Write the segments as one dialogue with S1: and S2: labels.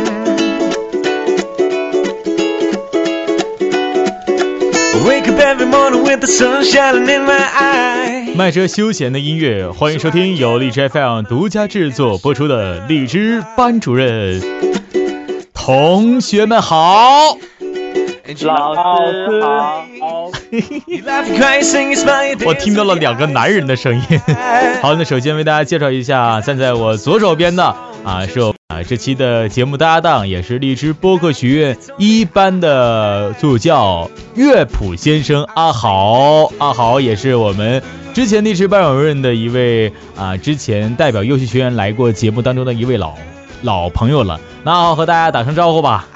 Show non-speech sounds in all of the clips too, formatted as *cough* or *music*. S1: Mm-hmm. Wake up every morning with the sun shining in my eye.
S2: 迈着休闲的音乐，欢迎收听由荔枝 FM 独家制作播出的《荔枝班主任》。同学们好，
S1: And you laugh,
S3: 好，
S1: you laugh, you cry, you sing, you smile, you dance.
S2: 我听到了两个 *laughs* 男人的声音。好，那首先为大家介绍一下，站在我左手边的啊是我啊这期的节目搭档，也是荔枝播客学院一班的助教啊乐谱先生阿豪。阿豪也是我们之前荔枝班主任的一位啊，之前代表优秀学员来过节目当中的一位老老朋友了。那阿豪和大家打声招呼吧。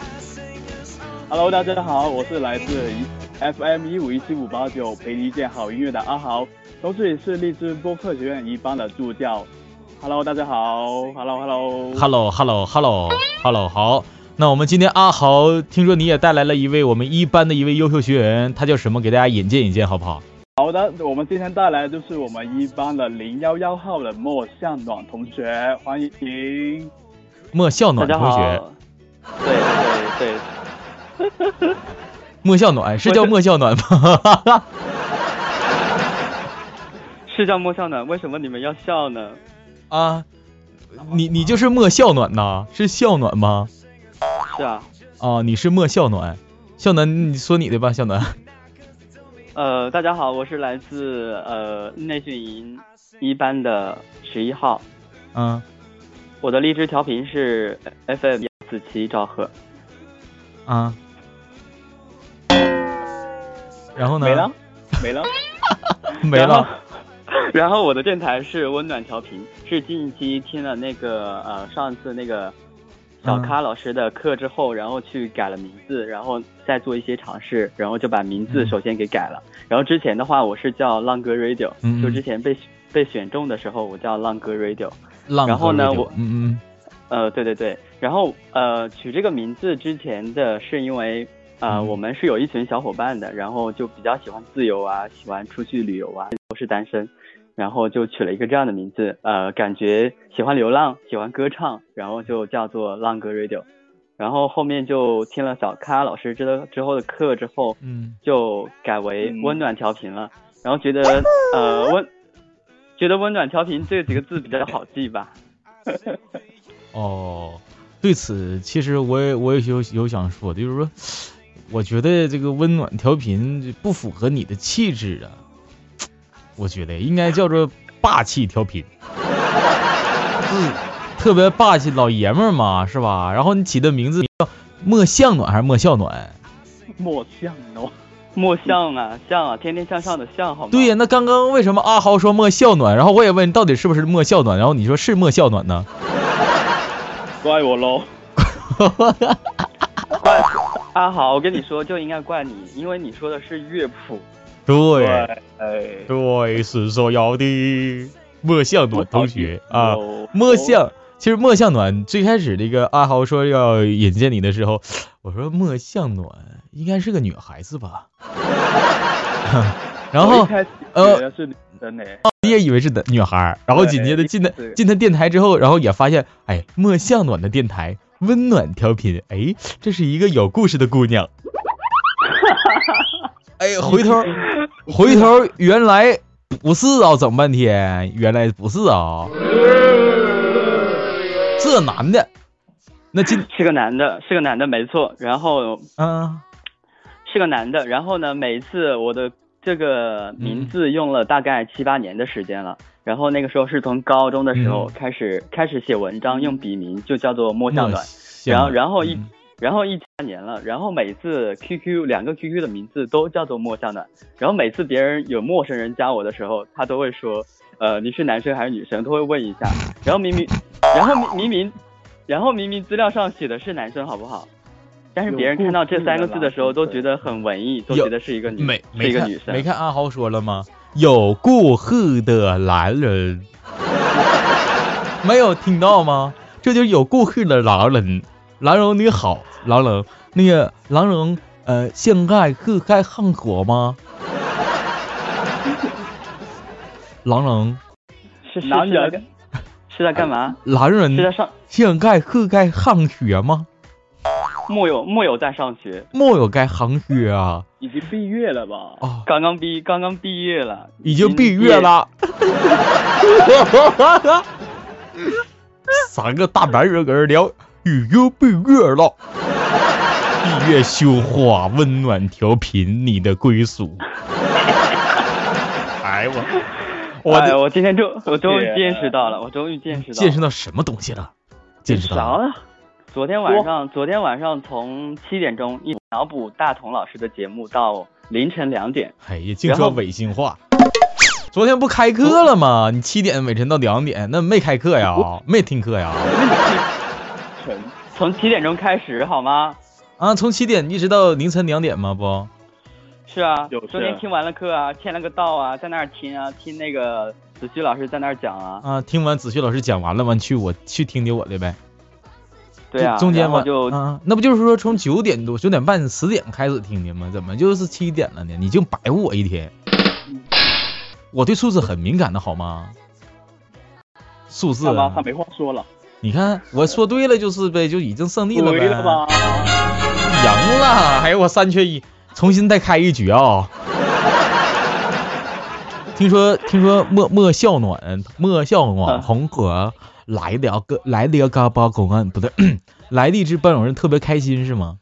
S3: ，Hello，大家好，我是来自 FM 一五一七五八九陪你见好音乐的阿豪，同时也是荔枝播客学院一班的助教。Hello，大家好，Hello，Hello，
S2: Hello，Hello，Hello，Hello，好。那我们今天阿豪，听说你也带来了一位我们一班的一位优秀学员，他叫什么？给大家引荐引荐，好不好？
S3: 好的，我们今天带来的就是我们一班的零幺幺号的莫向暖同学，欢迎。
S2: 莫笑
S4: 大
S2: 暖
S4: 家
S2: 同学，
S4: 好。对对对，
S2: 莫笑暖是叫莫笑暖吗？ *laughs*
S4: 是叫莫笑暖，为什么你们要笑呢？
S2: 啊，你你就是莫笑暖呐？是笑暖吗？
S4: 是啊，
S2: 啊，你是莫笑暖，笑暖，你说你的吧，笑暖。
S4: 呃，大家好，我是来自呃内训营一班的十一号，
S2: 嗯
S4: 我的荔枝调频是呃 FM 四七兆赫。
S2: 啊，然后呢？
S3: 没了，没了。
S2: *laughs* 没
S4: 然后
S2: 了。。
S4: 然后我的电台是温暖调频，是近期听了那个呃上次那个小
S2: 嗯
S4: 咖老师的课之后，然后去改了名字，然后再做一些尝试，然后就把名字
S2: 嗯
S4: 首先给改了。然后之前的话我是叫浪哥 radio，、
S2: 嗯嗯
S4: 就之前被被选中的时候我叫浪哥 radio，
S2: 浪
S4: 然后呢
S2: 哥 radio，
S4: 我
S2: 嗯嗯
S4: 呃对对对，然后呃取这个名字之前的是因为。呃，
S2: 嗯
S4: 我们是有一群小伙伴的，然后就比较喜欢自由啊，喜欢出去旅游啊，都是单身，然后就取了一个这样的名字。呃，感觉喜欢流浪，喜欢歌唱，然后就叫做浪哥 radio。然后后面就听了小咖老师之的之后的课之后，
S2: 嗯
S4: 就改为
S3: 嗯
S4: 温暖调频了。然后觉得呃温，觉得温暖调频这几个字比较好记吧。
S2: 哦，对此，其实我也我也有有想说的，就是说，我觉得这个温暖调频就不符合你的气质啊，我觉得应该叫做霸气调频，嗯，特别霸气，老爷们儿嘛，是吧？然后你起的名字叫莫向暖还是莫笑暖？
S3: 莫向暖，
S4: 莫向啊向啊，天天向上的向好吗？
S2: 对呀，那刚刚为什么阿豪说莫笑暖，然后我也问到底是不是莫笑暖，然后你说是莫笑暖呢？
S3: 怪我喽。
S4: 啊好，我跟你说就应该怪你，因为你说的是乐谱。
S2: 对。
S3: 哎，
S2: 对，是说要的莫向暖同学
S4: 哎
S2: 啊，
S3: 哦
S2: 莫向。其实莫向暖最开始这个阿豪说要引荐你的时候，我说莫向暖应该是个女孩子吧， *laughs* 然
S3: 我一
S2: 后
S3: 开始
S2: 呃
S3: 觉得是女生呢。
S2: 你也以为是的女孩儿，然后紧接着进的
S3: 对
S2: 进他电台之后，然后也发现，哎，莫向暖的电台温暖调频，哎，这是一个有故事的姑娘。哎，回头回头原来不是啊，整半天原来不是啊，这男的，那今
S4: 是个男的，是个男的，没错。然后
S2: 啊
S4: 是个男的，然后呢，每一次我的这个名字用了大概七八年的时间了。然后那个时候是从高中的时候
S2: 嗯
S4: 开始、开始写文章，用笔名就叫做莫向
S2: 莫
S4: 暖。
S2: 向
S4: 然后
S2: 暖，
S4: 然后一、
S2: 嗯
S4: 然后一七八年了，然后每次 QQ 两个 QQ 的名字都叫做莫向暖。然后每次别人有陌生人加我的时候，他都会说：“呃你是男生还是女生，都会问一下。然后明明，然后明明明，然后明明资料上写的是男生，好不好？但是别人看到这三个字的时候，都觉得很文艺，都
S2: 有
S4: 觉得是一个女，
S2: 没
S4: 是一
S2: 没
S4: 个
S2: 看
S4: 女生。
S2: 没看阿豪说了吗？有故事的男人，没有听到吗？这就是有故事的狼人。狼人你好，狼人，那个狼人，呃，现在是在上火
S4: *laughs*
S2: 吗？狼人，
S4: 是是
S3: 男
S4: 是在
S3: 人
S4: 干是在干嘛？
S2: 狼
S4: 是在
S2: 人，
S4: 上
S2: 现在是在上学吗？
S4: 木有木有在上学，
S2: 没有该上学啊！
S3: 已经毕业了吧？
S2: 啊，
S4: 刚刚毕刚刚毕业了，
S2: 已经毕业。了。 *laughs* 三个大男人搁这聊，已经毕业了。闭月羞花，温暖调频，你的归 *laughs* 宿。哎我，我
S4: 哎，
S2: 的
S4: 我今天终我终于见
S3: 天
S4: 识
S3: 啊
S4: 到了，我终于见识到
S2: 见识
S4: 了
S2: 到什么东西了？见识到
S4: 啥
S2: 了
S4: 了？昨天晚上，昨天晚上从七点钟一直脑补大同老师的节目到凌晨两点，
S2: 哎呀，净
S4: 然
S2: 说
S4: 后
S2: 违心话。昨天不开课了吗？你七点尾晨到两点，那没开课呀？没听课呀？
S3: 纯
S4: 从七点钟开始好吗？
S2: 啊，从七点一直到凌晨两点吗？不，
S4: 是啊，
S3: 有事
S4: 中间听完了课啊，签了个到啊，在那儿听啊，听那个子旭老师在那儿讲啊，
S2: 啊，听完子旭老师讲完了，完去我去听听我的呗。
S4: 对啊，
S2: 就中间
S4: 然后
S2: 嘛
S4: 就、
S2: 啊，那不就是说从九点多、九点半、十点开始听的吗？怎么就是七点了呢？你净白活我一天。我对数字很敏感的好吗？数字
S3: 他妈
S2: 啊、
S3: 他没话说了，
S2: 你看我说对了就是呗，就已经胜利了
S3: 对
S2: 呗，
S3: 了吧？
S2: 赢了。哎呦我三缺一，重新再开一局啊、 *laughs* 听说听说莫莫笑暖莫笑
S3: 嗯
S2: 暖红河来了个来了个包公安不对， *clears throat* 来荔枝班主任特别开心是吗？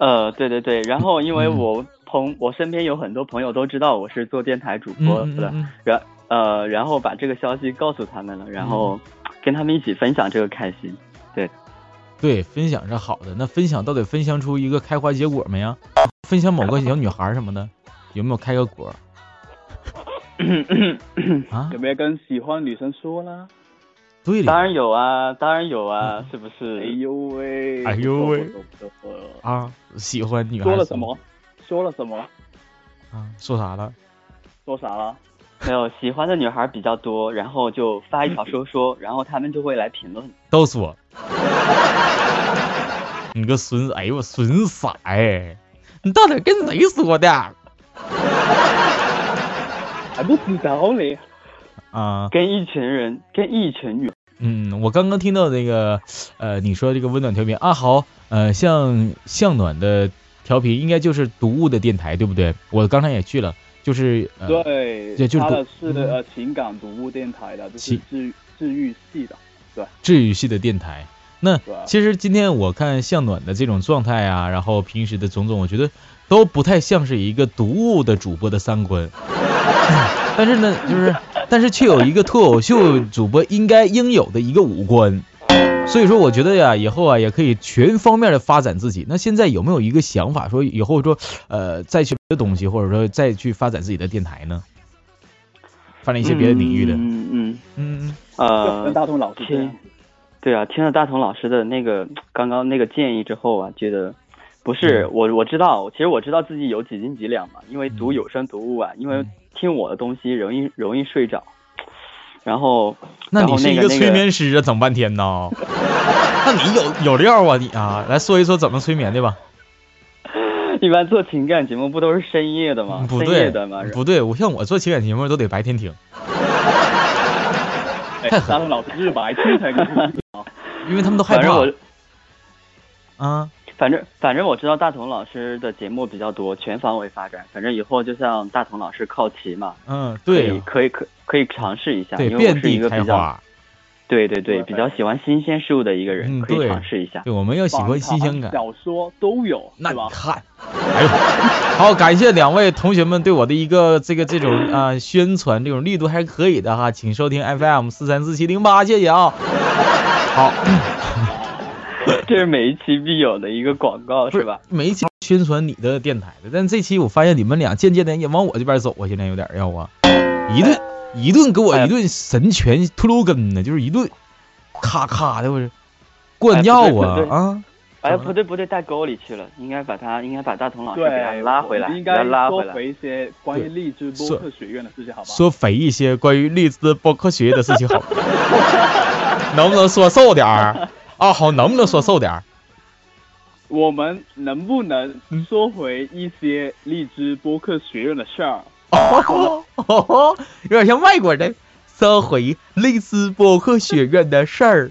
S4: 呃，对对对，然后因为
S2: 嗯
S4: 我朋、我身边有很多朋友都知道我是做电台主播
S2: 嗯
S4: 的，
S2: 嗯
S4: 然呃，然后把这个消息告诉他们了，然
S2: 嗯
S4: 后跟他们一起分享这个开心。
S2: 对，分享是好的，那分享到底分享出一个开花结果没呀？分享某个小女孩什么的，有没有开个果？
S4: *laughs*
S2: 啊，
S3: 有没有跟喜欢女生说啦？
S2: 对
S4: 当
S2: 了
S4: 然有啊，当然有啊，是不是？
S3: 哎呦喂！
S2: 嗯哎呦喂
S3: 不错不错不错不错
S2: 啊，喜欢女孩
S3: 说了
S2: 子
S3: 什么？说了什么？
S2: 啊？说啥了？
S3: 说啥了？
S4: 没有喜欢的女孩比较多，然后就发一条说
S3: 嗯
S4: 说，然后他们就会来评论。
S2: 都说， *laughs* 你个损，哎呦我损色哎，你到底跟谁说的？
S3: 还不知道呢。
S2: 啊，
S4: 跟一群人，跟一群女，
S2: 嗯，我刚刚听到这个，呃，你说这个温暖调频，阿豪，呃，向向暖的调频应该就是独物的电台，对不对？我刚才也去了，就是呃，
S3: 对，
S2: 对就是
S3: 他的
S2: 读
S3: 是
S2: 嗯
S3: 呃情感读物电台的，就是
S2: 情
S3: 治治愈系的。
S2: 治愈系的电台。那
S3: 对
S2: 其实今天我看向暖的这种状态啊，然后平时的种种，我觉得都不太像是一个读物的主播的三观。 *laughs* 但是呢，就是但是却有一个脱口秀主播应该应有的一个五官。所以说，我觉得呀，以后啊也可以全方面的发展自己。那现在有没有一个想法，说以后说，呃，再去别的东西，或者说再去发展自己的电台呢？发展一些别的领域的，嗯
S4: 嗯嗯，
S2: 嗯，
S3: 跟
S4: 呃，
S3: 大同老师这样
S4: 听，对啊，听了大同老师的那个 *clears throat* 刚刚那个建议之后啊，觉得不
S2: 嗯
S4: 是我我知道，其实我知道自己有几斤几两嘛，因为读
S2: 嗯
S4: 有声读物啊，因为
S2: 嗯
S4: 听我的东西容易容易睡着，然后
S2: 那
S4: 然
S2: 你
S4: 后
S2: 是一
S4: 那
S2: 个
S4: 个
S2: 催眠师啊，整半天
S4: *laughs*
S2: 呢？那你有有料啊你啊！来说一说怎么催眠的吧？
S4: 那个一 *laughs* 般做情感节目不都是深夜的吗？
S2: 嗯不
S4: 啊深夜
S2: 对
S4: 的嘛，然，后
S2: 不对，我像我做情感节目都得白天听，
S3: 哎，大同老师就是白痴才跟你
S2: 因为他们 *laughs* 都害
S4: 反正我
S2: 怕啊。
S4: 反正反正我知道大同老师的节目比较多，全方位发展。反正以后就像大同老师靠齐嘛，
S2: 嗯，
S4: 可
S2: 对
S4: 以可以可可以尝试一下，
S2: 对，
S4: 因为我
S2: 遍
S4: 是一
S2: 地
S4: 个
S2: 开
S4: 比较
S2: 花。
S4: 对对对
S3: 对
S4: 比较喜欢新鲜事物的一个人，
S2: 嗯
S4: 可以
S2: 对
S4: 尝试一下。
S2: 对，我们要喜欢
S3: 访
S2: 新鲜
S3: 谈
S2: 感。
S3: 小说都有，
S2: 那
S3: 对
S2: 你
S3: 吧？
S2: 看，哎呦， *laughs* 好，感谢两位同学们对我的一个这个这种啊、宣传，这种力度还可以的哈，请收听 FM 四三四七零八，谢谢啊。好，
S4: *laughs* 这是每一期必有的一个广告
S2: 不
S4: 是吧？？
S2: 每一期宣传你的电台的，但这期我发现你们俩渐渐的也往我这边走啊，现在有点儿要啊，一顿一顿给我
S4: 哎
S2: 一顿神拳秃噜根呢，就是一顿咔咔的，我是
S4: 哎
S2: 灌
S4: 不
S2: 药
S4: 对不
S2: 啊
S4: 对
S2: 啊！
S4: 哎，不对不对，带沟里去了，应该把他，应该把大同老师
S3: 对，
S4: 给他拉回来，
S3: 我们应
S4: 给他
S3: 该
S4: 拉回
S3: 多
S4: 来。
S3: 回一些关于荔枝播客学院的事情，好吗？
S2: 说肥一些关于荔枝播科学的事情好吗， *laughs* 能不能说瘦点儿？啊，好，能不能说瘦点儿？
S3: 我们能不能
S2: 嗯
S3: 说回一些荔枝播客学院的事儿？
S2: 哦，哦 *laughs* 有点像外国人。收回类似播客学院的事儿，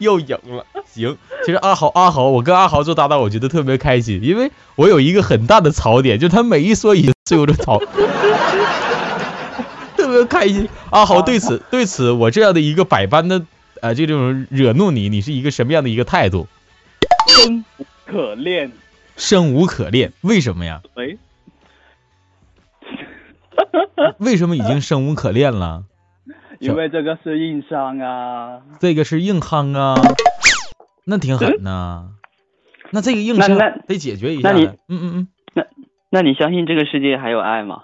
S2: 又赢了。行，其实阿豪，阿豪，我跟阿豪做搭档，我觉得特别开心，因为我有一个很大的槽点，就他每一说一句 *laughs* 就有这槽，特别开心。阿豪对 *laughs* 此对此，我这样的一个百般的呃，这种惹怒你，你是一个什么样的一个态度？
S3: 可恋，
S2: 生无可恋，为什么呀？
S3: 哎，
S2: 为什么已经生无可恋了？
S3: 因为这个是硬伤啊。
S2: 这个是硬伤啊，那挺狠呐、那这个硬
S4: 那
S2: 伤
S4: 那
S2: 得解决一下
S4: 那你
S2: 的。嗯嗯嗯，
S4: 那你相信这个世界还有爱吗？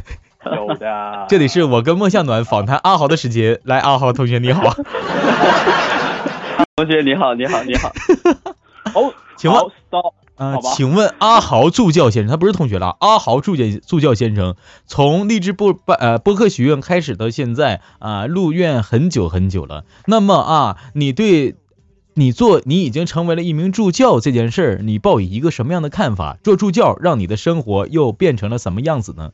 S4: *laughs*
S3: 有的啊
S2: 嗯，这里是我跟孟向暖访谈阿豪的时间。来，阿豪同学你
S4: *laughs*
S2: 好，
S4: 同学你好，你好，你
S3: *laughs*
S4: 好。
S3: 哦，
S2: 请问
S3: 好，stop，
S2: 啊、
S3: 好吧
S2: 请问阿豪助教先生，他不是同学了，阿豪助教助教先生，从励志播播呃播客学院开始到现在啊、入院很久很久了。那么啊，你对你做你已经成为了一名助教这件事儿，你抱以一个什么样的看法？做助教让你的生活又变成了什么样子呢？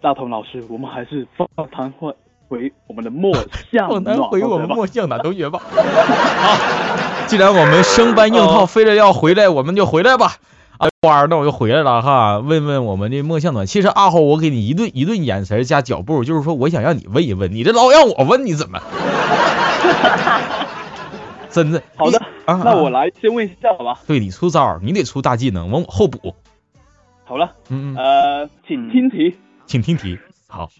S3: 大同老师，我们还是放谈回回我们的莫向
S2: 好难
S3: 啊暖
S2: 回我们
S3: 同学吧
S2: 莫向南同学吧。好，既然我们生搬硬套，非得要回来，我们就回来吧。啊，花儿，那我就回来了哈。问问我们这莫向暖，其实阿豪，我给你一顿一顿眼神加脚步，就是说我想让你问一问，你这老让我问，你怎么？ *laughs* 真的
S3: 好的
S2: 啊啊
S3: 那我来先问一下好吧。
S2: 对你出招儿，你得出大技能，往我后补。
S3: 好了，
S2: 嗯嗯，
S3: 呃，请听题。
S2: 请听题。好，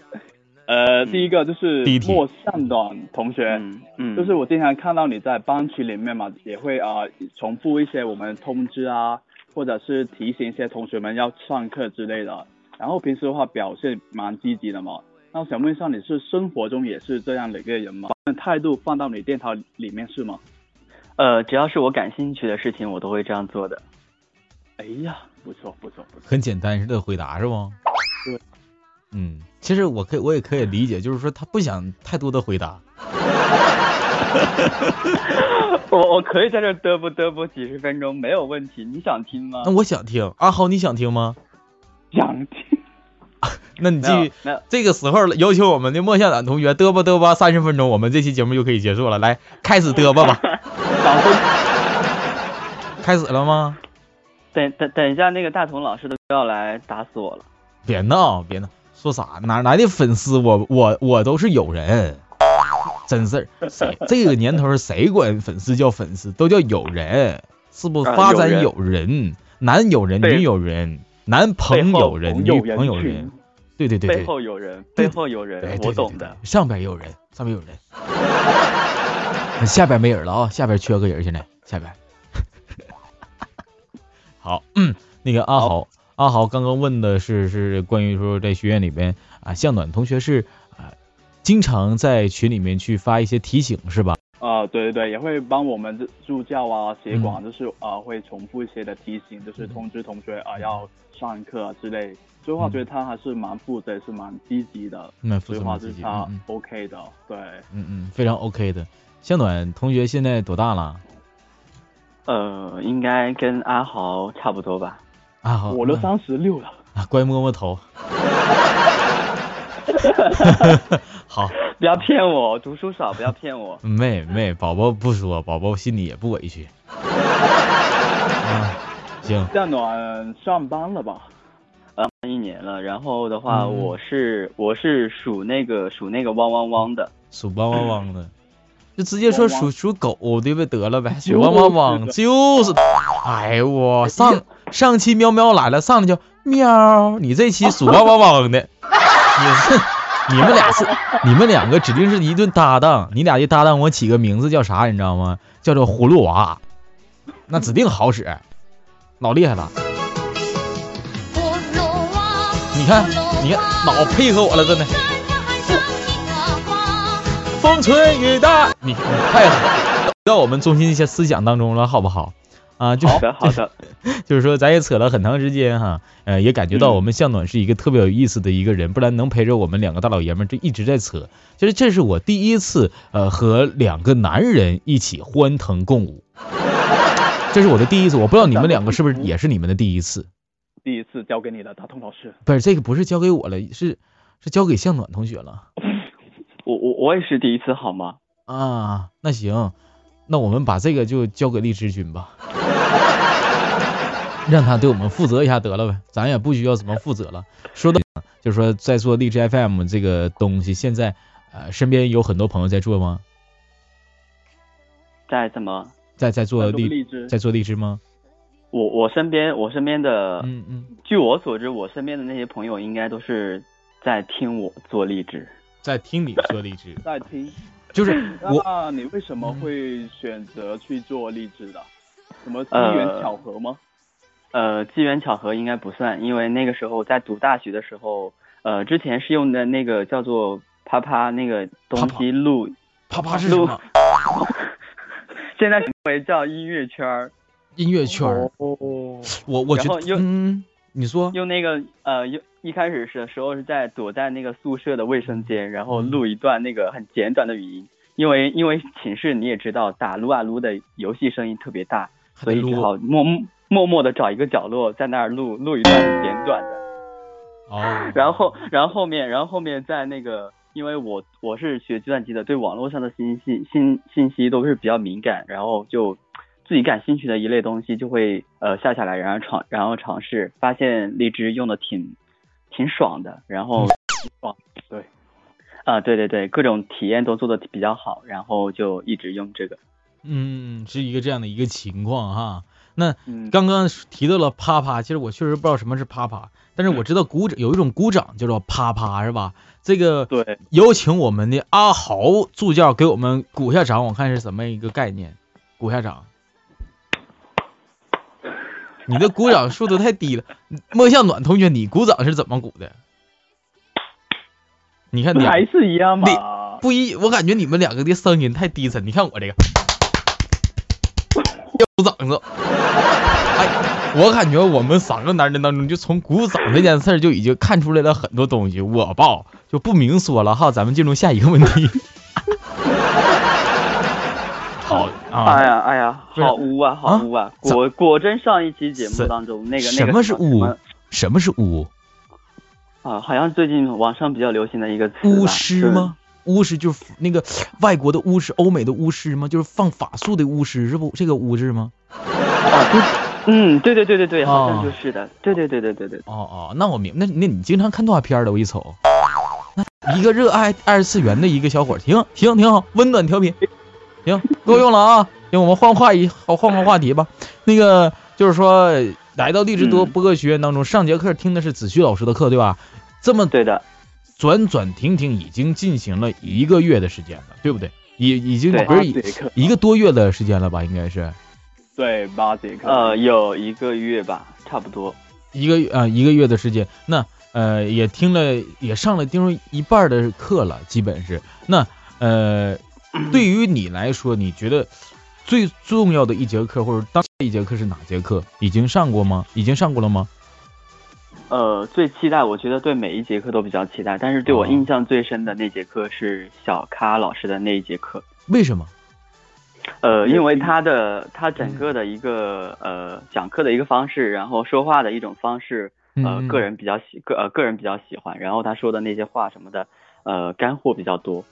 S3: 呃，第一个就是
S2: 嗯第一题
S3: 莫向暖同学，
S4: 嗯嗯，
S3: 就是我经常看到你在班群里面嘛，也会啊、呃重复一些我们通知啊，或者是提醒一些同学们要上课之类的。然后平时的话表现蛮积极的嘛。那我想问一下，你是生活中也是这样的一个人吗？把态度放到你电台里面是吗？
S4: 呃，只要是我感兴趣的事情，我都会这样做的。 *laughs*
S3: 哎呀，不错不错不错，
S2: 很简单的回答是不？
S3: 对。
S2: 嗯，其实我可以，我也可以理解，就是说他不想太多的回答。
S4: 我我可以在这儿嘚啵嘚啵几十分钟，没有问题。你想听吗
S2: 那？我想听，阿豪你想听吗？
S3: 想听。
S2: 那你
S4: 没
S2: 继
S4: 有
S2: 续。
S4: 没有，
S2: 这个时候了有请我们的莫向南同学嘚吧嘚吧三十分钟，我们这期节目就可以结束了。来，开始嘚吧 *laughs*
S4: *laughs*
S2: 吧，
S3: 掌声！
S2: 开始了吗？
S4: 等等等一下，那个大同老师都要来打死我了。
S2: 别闹，别闹，说啥哪来的粉丝？我我我都是有人，真事儿。谁这个年头谁管粉丝叫粉丝，都叫友人，是不？
S4: 啊
S2: 发展友
S4: 友
S2: 人，男友人，
S4: 对
S2: 女友人，男朋
S4: 背后
S2: 友人，女朋友
S3: 群
S2: 人，对对对对
S4: 背，后有人，
S2: 对
S4: 背后有人
S2: 哎，对
S4: 我
S2: 对
S4: 懂
S2: 对
S4: 的。
S2: 对上边也有人，上边有人，下边没人了啊、下边缺个人，现在下边。好，嗯，那个阿豪，阿豪刚刚问的是是关于说在学院里边啊，向暖同学是啊，经常在群里面去发一些提醒是吧？
S3: 啊、对对对，也会帮我们助教啊、协
S2: 嗯
S3: 管，就是啊、呃会重复一些的提醒，就是通知同学啊、要上课啊之类。所以话，
S2: 嗯
S3: 觉得他还是蛮负责，也是蛮积极的。
S2: 那负
S3: 所以
S2: 责
S3: 话，
S2: 我
S3: 就
S2: 自
S3: 是
S2: 己，
S3: 他
S2: 嗯嗯
S3: OK 的，对。
S2: 嗯嗯，非常 OK 的。向暖同学现在多大了？
S4: 呃，应该跟阿豪差不多吧。
S2: *laughs* 阿豪，
S3: 我都
S2: 嗯
S3: 三十六了，
S2: 啊，乖，摸摸头。 *laughs* 好，。
S4: 不要骗我，读书少，不要骗我
S2: 妹妹，宝宝不说，宝宝心里也不委屈。啊，行，
S3: 向暖上班了吧？
S4: 呃，一年了，然后的话，
S2: 嗯
S4: 我是我是属那个属那个汪汪汪的，
S2: 属汪汪汪的，就直接说
S3: 汪
S2: 属
S3: 汪
S2: 属狗对不对得了呗，
S3: 就
S2: 属
S3: 是
S2: 汪汪汪
S3: 的
S2: 就是。哎呦我上上期喵喵来了，上来就喵，你这期属汪汪汪的，你是你们 *laughs* 俩是你们两个指定是一顿搭档，你俩这搭档我起个名字叫啥你知道吗？叫做葫芦娃，那指定好使，老厉害了。看，你看，老配合我了，真的。风吹雨打，你看太好了，到我们中心一些思想当中了，好不好？啊，就
S4: 好的
S2: *laughs*
S4: 好的，
S2: 就是说，咱也扯了很长时间哈，呃，也感觉到我们向暖是一个特别有意思的一个人，不然能陪着我们两个大老爷们儿就一直在扯。其实这是我第一次呃和两个男人一起欢腾共舞，这是我的第一次，我不知道你们两个是不是也是你们的第一次？
S3: 第一次交给你的，大通老师。
S2: 不是，这个不是交给我了，是是交给向暖同学了
S4: 我我我也是第一次好吗？
S2: 啊。那行，那我们把这个就交给荔枝君吧， *laughs* 让他对我们负责一下得了呗，咱也不需要什么负责了。说到，就是说在做荔枝 FM 这个东西，现在呃身边有很多朋友在做吗？
S4: 在怎么？
S2: 在在做
S3: 在做
S2: 荔
S3: 荔枝
S2: 在做荔枝吗？
S4: 我我身边我身边的，
S2: 嗯嗯，
S4: 据我所知，我身边的那些朋友应该都是在听我做励志。
S2: 在听你做荔枝，
S3: 在听。
S2: 就是
S4: *laughs*
S2: 我嗯
S3: 那你为什么会选择去做励志的？什么机缘
S4: 呃
S3: 巧合吗？
S4: 呃，机缘巧合应该不算，因为那个时候在读大学的时候，呃，之前是用的那个叫做啪啪那个东西录，
S2: 啪啪是什么？
S4: 现在为叫音乐圈儿，
S2: 音乐圈儿，
S3: 哦，
S2: 我我觉
S4: 然后
S2: 得
S4: 又
S2: 嗯，你说
S4: 用那个呃，用一开始是时候是在躲在那个宿舍的卫生间，然后录一段那个很简短的语音，因为因为寝室你也知道打撸啊撸的游戏声音特别大，所以只好默默默的找一个角落在那儿录录一段很简短的。
S2: 哦，
S4: 然后，然后后面，然后后面在那个，因为我我是学计算机的，对网络上的信息信信息都是比较敏感，然后就自己感兴趣的一类东西就会呃下下来，然后尝然后尝试，发现荔枝用的挺挺爽的，然后 *laughs* 爽对，啊、对对对，各种体验都做的比较好，然后就一直用这个，
S2: 嗯，是一个这样的一个情况哈。那
S4: 嗯，
S2: 刚刚提到了啪啪，其实我确实不知道什么是啪啪，但
S4: 嗯
S2: 是我知道鼓掌有一种鼓掌叫做啪啪，是吧？这个
S4: 对，
S2: 有请我们的阿豪助教给我们鼓下掌，我看是怎么一个概念？鼓下掌。你的鼓掌速度太低
S4: *laughs*
S2: 了，莫向暖同学，你鼓掌是怎么鼓的？你看你啊
S3: 还是一样嘛。
S2: 不一，我感觉你们两个的声音太低沉。你看我这个，要鼓掌子。哎，我感觉我们三个男人当中，就从鼓掌这件事儿就已经看出来了很多东西。我吧就不明说了哈，咱们进入下一个问题。好啊，
S4: 哎呀哎呀，
S2: 不是
S4: 好污啊好
S2: 啊
S4: 污啊！
S2: 怎
S4: 果果真上一期节
S2: 什
S4: 目当中那个那个
S2: 什么是
S4: 什
S2: 污
S4: 么？
S2: 什么是巫？
S4: 啊，好像最近网上比较流行的一个词吧
S2: 巫师吗？？巫师就是那个外国的巫师，欧美的巫师吗？就是放法术的巫师，是不？这个巫字吗？
S4: 就是嗯，对对对对对，好
S2: 哦
S4: 像就是的，对对对对对对，
S2: 哦哦，那我明那那你经常看动画片儿的，我一瞅，那一个热爱二次元的一个小伙儿，挺行挺好，温暖调频，行够用了啊！行，我们换话题，好换换话题吧。那个就是说，来到荔枝多
S4: 嗯
S2: 播客学院当中，上节课听的是子旭老师的课，对吧？这么
S4: 对的，
S2: 转转停停，已经进行了一个月的时间了，对不对？已已经
S4: 对
S2: 不是
S3: 八节
S2: 一
S3: 课，
S2: 一个多月的时间了吧？应该是
S3: 对八节课。
S4: 呃，有一个月吧，差不多。
S2: 一个啊、呃一个月的时间，那呃也听了也上了听说一半的课了，基本是那呃，
S4: 嗯
S2: 对于你来说，你觉得最重要的一节课或者当一节课是哪节课？已经上过吗？已经上过了吗？
S4: 呃，最期待，我觉得对每一节课都比较期待，但是对我
S2: 哦
S4: 印象最深的那节课是小咖老师的那一节课。
S2: 为什么？
S4: 呃，因为他的他整个的一个呃讲课的一个方式，然后说话的一种方式，呃
S2: 嗯，
S4: 个人比较喜个呃个人比较喜欢，然后他说的那些话什么的，呃，干货比较多，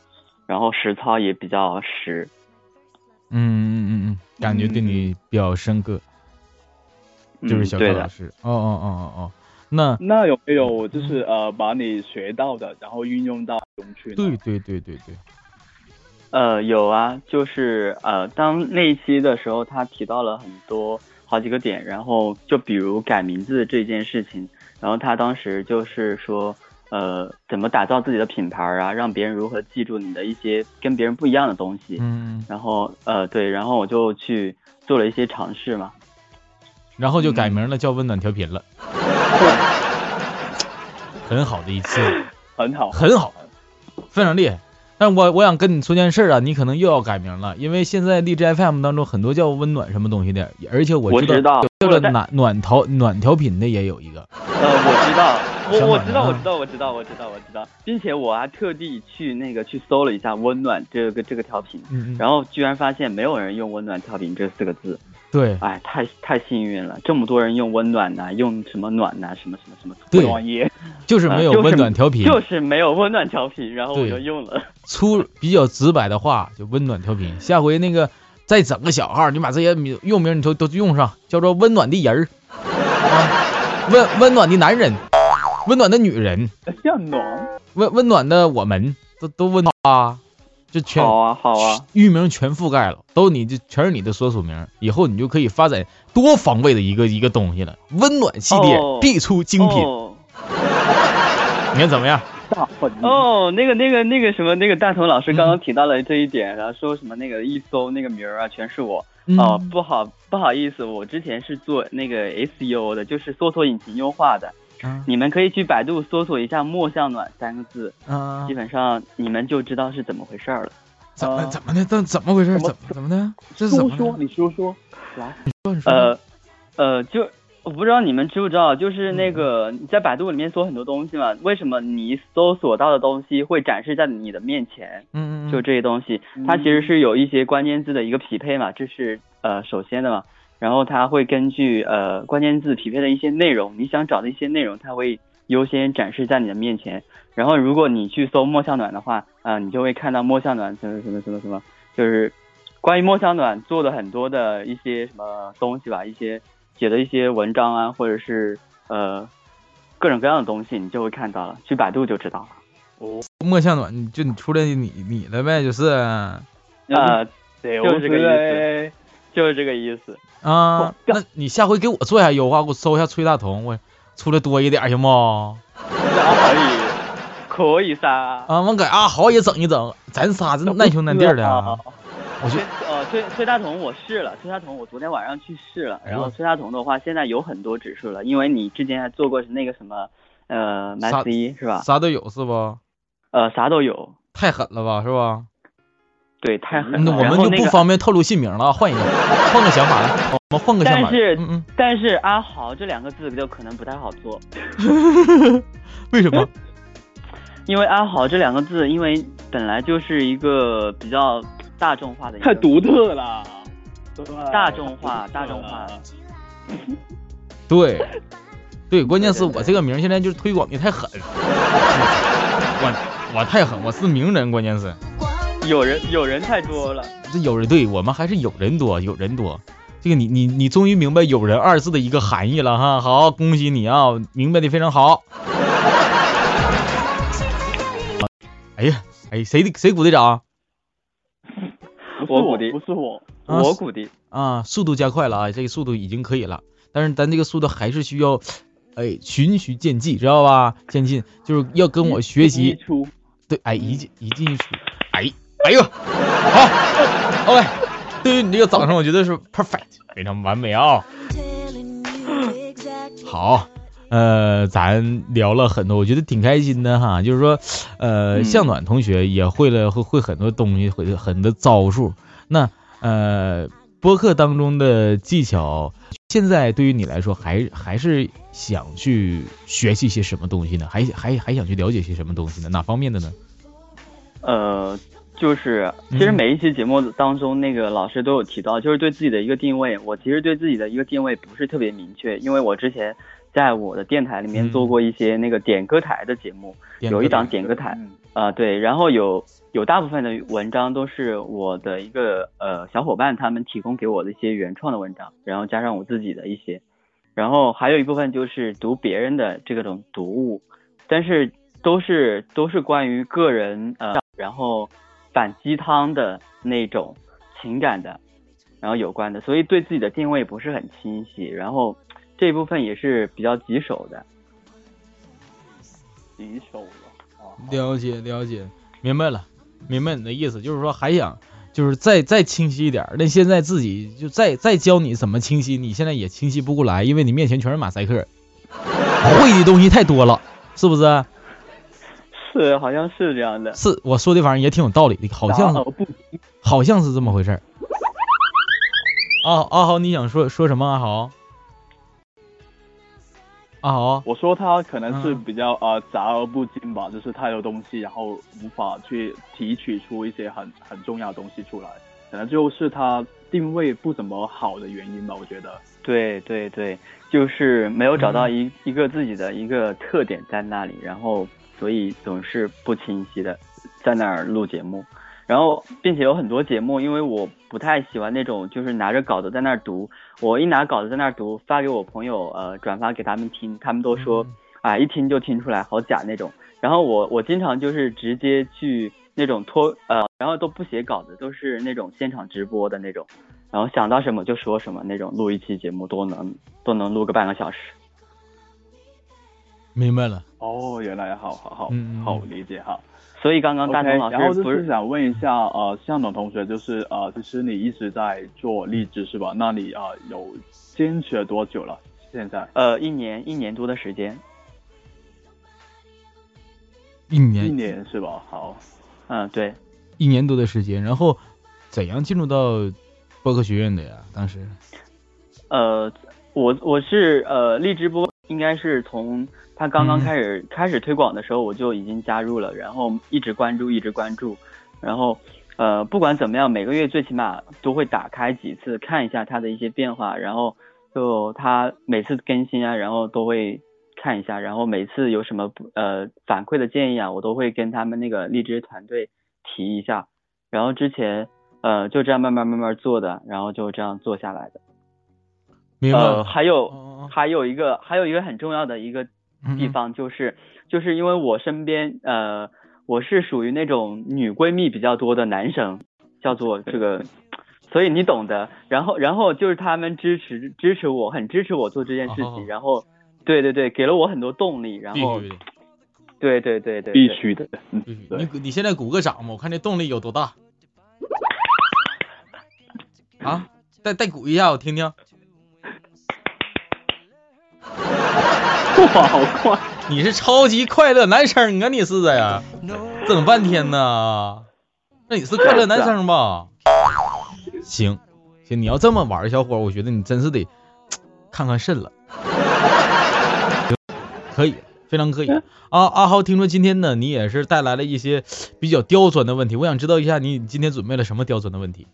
S4: 然后实操啊也比较实，
S2: 嗯嗯嗯嗯，感觉对你比较深刻，
S4: 嗯
S2: 就是小高
S4: 对
S2: 老
S4: 的，
S2: 师。哦哦哦哦哦，那
S3: 那有没有就是呃，把你学到的，然后运用到中去呢？
S2: 对对对对对，
S4: 呃，有啊，就是呃，当那一期的时候，他提到了很多好几个点，然后就比如改名字这件事情，然后他当时就是说，呃，怎么打造自己的品牌啊，让别人如何记住你的一些跟别人不一样的东西，
S2: 嗯，
S4: 然后呃，对，然后我就去做了一些尝试嘛，嗯 *laughs*
S2: 然后就改名了，叫温暖调频了。很好的一期，
S3: 很好，
S2: 很好，非常厉害。但是我我想跟你说件事儿啊，你可能又要改名了，因为现在荔枝 FM 当中很多叫温暖什么东西的，而且我
S4: 我
S2: 知
S4: 知道
S2: 叫
S4: 我
S2: 做
S4: 在
S2: 暖暖调暖调频的也有一个，
S4: 呃，我知道，我我知道，
S2: 香港
S4: 我
S2: 人
S4: 知道，我知道，我知道，我知道，并且我还特地去那个去搜了一下“温暖”这个这个调频，
S2: 嗯嗯，
S4: 然后居然发现没有人用“温暖调频”这四个字，
S2: 对
S4: 哎，太太幸运了，这么多人用“温暖”呐，用什么“暖”呐，什么什么什么，
S2: 对
S3: 网页
S2: 就是
S4: 呃
S2: 没有
S4: 就是
S2: 温暖调频，
S4: 就是没有“温暖调频”，然后我
S2: 对
S4: 就用了。 *laughs*
S2: 粗比较直白的话就温暖调频。下回那个再整个小号，你把这些名用名你都都用上，叫做温暖的人儿，啊，温温暖的男人，温暖的女人，
S3: 向暖，
S2: 温温暖的我们，都都温暖啊，就全
S4: 好啊，好啊，
S2: 域名全覆盖了，都你这全是你的所属名，以后你就可以发展多方位的一个一个东西了。温暖系列
S4: 哦
S2: 必出精品，
S4: 哦
S2: 你看怎么样？
S3: 大本
S2: 嗯
S3: 营，
S4: 哦，那个那个那个什么，那个大同老师刚刚提到了这一点，然后说什么那个一搜那个名儿啊，全是我。
S2: 嗯
S4: 哦，不好不好意思，我之前是做那个 SEO 的，就是搜索引擎优化的。
S2: 啊
S4: 你们可以去百度搜索一下“莫向暖”三个字，
S2: 啊
S4: 基，本上你呃们就知道是怎么回事儿了。
S2: 怎么怎么的？怎怎么回事？怎
S3: 怎
S2: 么
S3: 么
S2: 怎么的？这是怎
S3: 说
S2: 么
S3: 说
S2: 的
S3: 你说说，来，
S2: 乱说
S4: 呃，呃，就我不知道你们知不知道，就是那个你在百度里面搜很多东西嘛，为什么你搜索到的东西会展示在你的面前？
S2: 嗯嗯嗯
S4: 就这些东西，它其实是有一些关键字的一个匹配嘛，这是呃首先的嘛，然后它会根据呃关键字匹配的一些内容，你想找的一些内容，它会优先展示在你的面前。然后如果你去搜莫向暖的话，啊、你就会看到莫向暖什么什么什么什么，就是关于莫向暖做的很多的一些什么东西吧，一些写的一些文章啊，或者是呃各种各样的东西，你就会看到了，去百度就知道了。
S2: 莫向暖，你就你出来你你了呗，就是啊，
S4: 啊、
S3: 对，
S4: 就是这个意思
S3: 思。
S4: 就是这个意思。哦
S2: 那你下回给我做一下优化，给我搜一下崔大同，我出来多一点行不？
S4: 可以，可以噻。
S2: 啊，完给阿豪也整一整，咱仨这难兄难弟的啊，我去
S4: 崔，呃崔崔大同我试了，崔大同我昨天晚上去试了，然
S2: 嗯
S4: 后崔大同的话现在有很多指数了，因为你之前还做过那个什么，呃
S2: 啥
S4: m s 一是吧？
S2: 啥都有是不？
S4: 呃，啥都有，
S2: 太狠了吧，是吧？
S4: 对，太狠
S2: 嗯那
S4: 了。
S2: 我
S4: 然
S2: 们
S4: 后
S2: 就
S4: 那
S2: 不
S4: 个，
S2: 方便透露姓名了，
S4: *laughs*
S2: 换一个，换个想法来，我们换个想法。
S4: 但是
S2: 嗯
S4: 但是阿豪这两个字就可能不太好做，
S2: 嗯，为什
S4: *laughs*
S2: 么？
S4: 因为阿豪这两个字，因为本来就是一个比较大众化的一个
S3: 太独特了，对
S4: 大众化大众化。
S2: 对，对，关键是我这个名现在就是推广的太狠，我我太狠，我是名人，关键是。
S4: 有人有人太多了。
S2: 这有人对我们还是有人多，有人多。这个你你你终于明白“有人”二字的一个含义了哈，好，恭喜你啊，明白的非常好。哎呀，哎，谁的谁鼓的掌
S3: 不
S4: 我
S3: 是我
S4: 鼓的
S3: 不是我，
S2: 啊
S4: 我鼓的，
S2: 啊？速度加快了啊，这个速度已经可以了，但是咱这个速度还是需要，哎，循序渐进，知道吧？渐进就是要跟我学习
S3: 一，出
S2: 对，哎，一进一进一出，哎，哎呦，好，OK，对于你这个掌声，我觉得是 perfect，非常完美啊、
S5: *clears throat*
S2: 好，呃，咱聊了很多，我觉得挺开心的哈。就是说，呃，
S4: 嗯
S2: 向暖同学也会了会会很多东西，会很多招数。那呃，播客当中的技巧，现在对于你来说还还是想去学习些什么东西呢？还还还想去了解些什么东西呢？哪方面的呢？
S4: 呃，就是其实每一期节目当中，那个老师都有提到，就是对自己的一个定位。我其实对自己的一个定位不是特别明确，因为我之前在我的电台里面
S2: 嗯
S4: 做过一些那个点歌台的节目，有一档点歌台
S3: 嗯
S4: 啊、对，然后有有大部分的文章都是我的一个呃小伙伴他们提供给我的一些原创的文章，然后加上我自己的一些，然后还有一部分就是读别人的这种读物，但是都是都是关于个人呃，然后反鸡汤的那种情感的，然后有关的，所以对自己的定位不是很清晰，然后这一部分也是比较棘手的。
S3: 棘手了啊。
S2: 了解了解，明白了，明白你的意思，就是说还想就是再再清晰一点儿。那现在自己就再再教你怎么清晰，你现在也清晰不过来，因为你面前全是马赛克，会的东西太多了，是不是？
S4: 是，好像是这样的。
S2: 是我说的，反正也挺有道理的，好像
S4: 然
S2: 是
S4: 后不
S2: 好像是这么回事儿。啊，阿豪，你想说说什么？啊阿豪，阿豪，
S3: 我说他可能是
S2: 嗯
S3: 比较呃杂而不精吧，就是太多东西，然后无法去提取出一些很很重要的东西出来，可能就是他定位不怎么好的原因吧，我觉得。
S4: 对对对，就是没有找
S2: 嗯
S4: 到一、一个自己的一个特点在那里，然后所以总是不清晰的在那儿录节目，然后并且有很多节目，因为我不太喜欢那种就是拿着稿子在那儿读，我一拿稿子在那儿读，发给我朋友呃转发给他们听，他们都说
S3: 嗯
S4: 啊、一听就听出来好假那种，然后我我经常就是直接去那种脱呃，然后都不写稿子，都是那种现场直播的那种。然后想到什么就说什么那种，录一期节目都能都能录个半个小时。
S2: 明白了，
S3: 哦，原来好好好
S2: 嗯嗯嗯
S3: 好理解哈。
S4: 所以刚刚大
S3: OK，
S4: 同老
S3: 然后
S4: 师
S3: 就
S4: 不
S3: 是
S4: 是
S3: 想问一下呃，向总同学，就是呃，其实你一直在做荔枝是吧？那你啊、呃、有坚持了多久了？现在
S4: 呃一年一年多的时间，
S2: 一
S3: 一
S2: 年
S3: 年是吧？好，
S4: 嗯对，
S2: 一年多的时间，然后怎样进入到播客学院的呀？当时
S4: 呃我我是呃荔枝播应该是从他刚刚
S2: 嗯
S4: 开始、开始推广的时候我就已经加入了，然后一直关注一直关注，然后呃不管怎么样每个月最起码都会打开几次看一下它的一些变化，然后就他每次更新啊，然后都会看一下，然后每次有什么不呃反馈的建议啊，我都会跟他们那个荔枝团队提一下。然后之前呃就这样慢慢慢慢做的，然后就这样做下来的。
S2: 明白嗯
S4: 呃，
S2: 了，
S4: 还有
S2: 哦哦
S4: 还有一个还有一个很重要的一个
S2: 嗯
S4: 地
S2: 嗯
S4: 方就是就是因为我身边呃我是属于那种女闺蜜比较多的男生，叫做这个，所以你懂的。然后然后就是他们支持支持我，很支持我做这件事情，
S2: 哦
S4: 然后对对对，给了我很多动力，然
S2: 必
S4: 后
S2: 须的，
S4: 对对对对，
S3: 必
S4: 对
S3: 须的。嗯
S2: 必须的。
S3: 对
S2: 你鼓你现在鼓个掌嘛，我看这动力有多大。啊，再再鼓一下，我听听。
S3: 哇，好快！
S2: 你是超级快乐男生啊，你是的呀？整半天呢？那你是快乐男生吧？行，行，你要这么玩儿，小伙儿，我觉得你真是得看看肾了。可以，非常可以啊！阿豪，听说今天呢，你也是带来了一些比较刁钻的问题，我想知道一下你今天准备了什么刁钻的问题？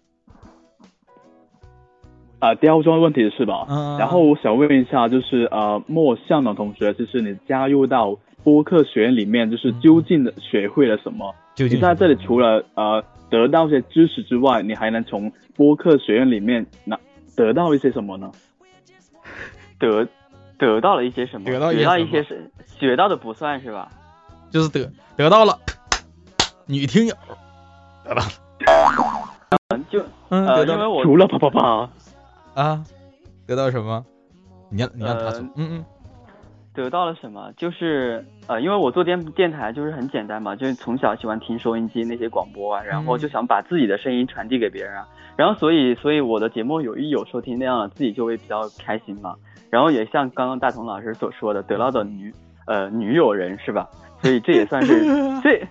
S3: 啊、刁钻问题是吧？
S2: 嗯
S3: 然后我想问一下，就是呃，莫向的同学，就是你加入到播客学院里面，就是究竟的学会了什么？
S2: 究
S3: 你
S2: 竟
S3: 在这里除了呃得到一些知识之外，你还能从播客学院里面拿得到一些什么呢？
S4: 得得到了一些什么？
S2: 得到一些
S4: 学到
S2: 什
S4: 一
S2: 么
S4: 些是学到的不算是吧？
S2: 就是得得到了女听友，
S4: 嗯，就
S2: 嗯，
S4: 呃，
S2: 得到
S4: 因为
S2: 了
S4: 我
S3: 除了啪啪啪，
S2: 啊，得到什么？你让你让他说，
S4: 呃
S2: 嗯嗯，
S4: 得到了什么？就是呃，因为我做电电台就是很简单嘛，就是从小喜欢听收音机那些广播啊，然后就想把自己的声音传递给别人啊，然后所以所以我的节目有一有收听量，自己就会比较开心嘛。然后也像刚刚大同老师所说的，得到的女呃女友人是吧？所以这也算是这。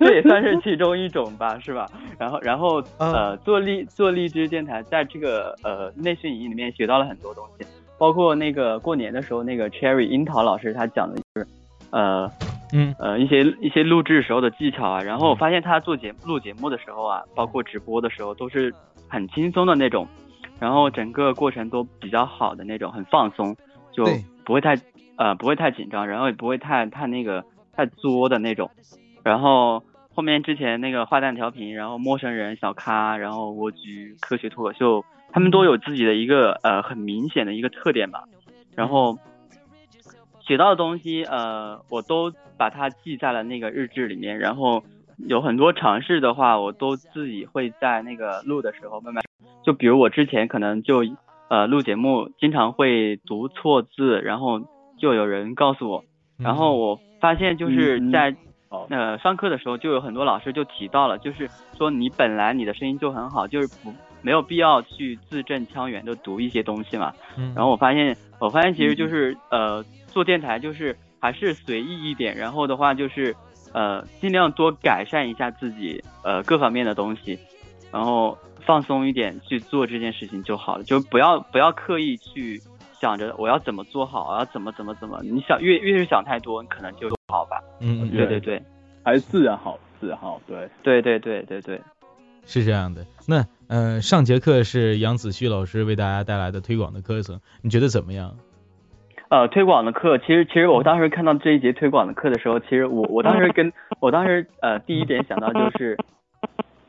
S4: 这也算是其中一种吧，是吧？然后，然后，呃，做荔做荔枝电台，在这个呃内训营里面学到了很多东西，包括那个过年的时候，那个 Cherry 樱桃老师他讲的就是，呃，
S2: 嗯
S4: 呃一些一些录制时候的技巧啊。然后我发现他做节录节目的时候啊，包括直播的时候，都是很轻松的那种，然后整个过程都比较好的那种，很放松，就
S2: 对
S4: 不会太呃不会太紧张，然后也不会太太那个太作的那种。然后后面之前那个坏蛋调频，然后陌生人、小咖，然后蜗居、科学脱口秀，他们都有自己的一个呃很明显的一个特点吧。然后学到的东西，呃，我都把它记在了那个日志里面。然后有很多尝试的话，我都自己会在那个录的时候慢慢，就比如我之前可能就呃录节目经常会读错字，然后就有人告诉我，
S2: 嗯
S4: 然后我发现就是
S3: 嗯
S4: 在
S3: 哦，
S4: 呃，上课的时候就有很多老师就提到了，就是说你本来你的声音就很好，就是不没有必要去字正腔圆的读一些东西嘛。
S2: 嗯，
S4: 然后我发现，我发现其实就是呃，做电台就是还是随意一点，然后的话就是呃尽量多改善一下自己呃各方面的东西，然后放松一点去做这件事情就好了，就不要不要刻意去想着我要怎么做好，我要怎么怎么怎么，你想越越是想太多，你可能就做不好吧。
S2: 嗯，嗯
S4: 对对对
S3: 还是自然好，自然好，对。
S4: 对对对对对，
S2: 是这样的。那呃，上节课是杨子旭老师为大家带来的推广的课程，你觉得怎么样？
S4: 呃，推广的课，其实其实我当时看到这一节推广的课的时候，其实我我当时跟我当时呃第一点想到就是，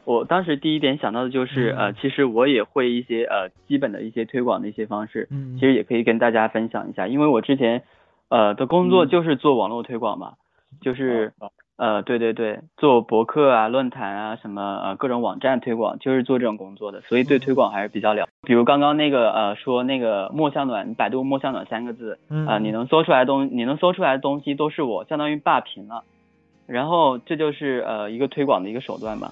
S4: 我当时第一点想到的就是呃，其实我也会一些呃基本的一些推广的一些方式，
S2: 嗯
S4: 其实也可以跟大家分享一下，因为我之前呃的工作就是做网络推广嘛，就是
S3: 哦
S4: 呃对对对，做博客啊、论坛啊什么呃各种网站推广，就是做这种工作的，所以对推广还是比较了解。比如刚刚那个呃说那个莫向暖，百度莫向暖三个字，
S2: 嗯
S4: 啊、你能搜出来的东，你能搜出来的东西都是我相当于霸屏了，然后这就是呃一个推广的一个手段吧。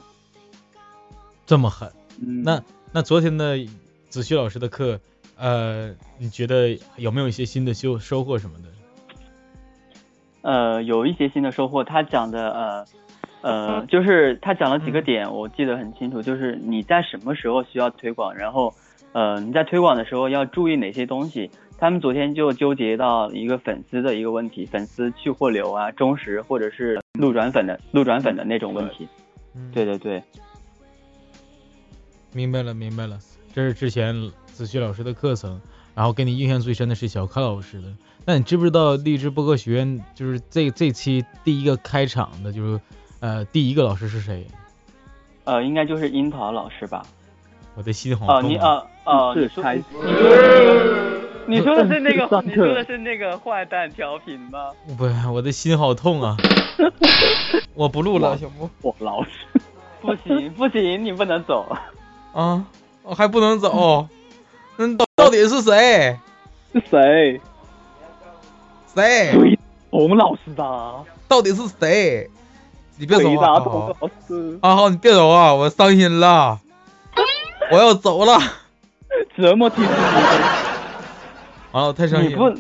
S2: 这么狠？
S4: 嗯，
S2: 那那昨天的子旭老师的课，呃，你觉得有没有一些新的收收获什么的？
S4: 呃有一些新的收获，他讲的呃呃就是他讲了几个点，我记得很清楚，就是你在什么时候需要推广，然后呃你在推广的时候要注意哪些东西。他们昨天就纠结到一个粉丝的一个问题，粉丝去或留啊、忠实或者是路转粉的路转粉的那种问题。
S2: 嗯
S4: 对对对，
S2: 明白了，明白了，这是之前子旭老师的课程，然后给你印象最深的是小咖老师的。那你知不知道励志播客学院就是这这期第一个开场的，就是呃第一个老师是谁？
S4: 呃应该就是樱桃老师吧。
S2: 我的心好
S4: 哦，
S2: 痛
S4: 你
S2: 啊！
S4: 哦哦，你
S3: 是
S4: 说
S3: 开
S4: 你
S3: 始
S4: 你说的是那
S3: *laughs*
S4: 个
S3: 上课
S4: 你说的是那个坏蛋调频吗？
S2: 不，我的心好痛啊！我不录了，行不？
S3: 我老师，
S4: 不行不行，你不能
S3: *laughs*
S4: 走。
S2: 啊，我还不能走。那到到底是谁？
S3: 是谁？
S2: 谁？
S3: 洪老
S4: *laughs*
S3: 师的，
S2: 到底是谁？你别
S3: 回
S2: 走啊！
S3: 答
S2: 好
S3: 董老 *laughs* 师，
S2: 啊，好，你别走啊，我伤心了，我要走了。
S3: 折磨体质，
S2: 完了，我太伤
S4: 你
S2: 心
S4: 不
S2: 了。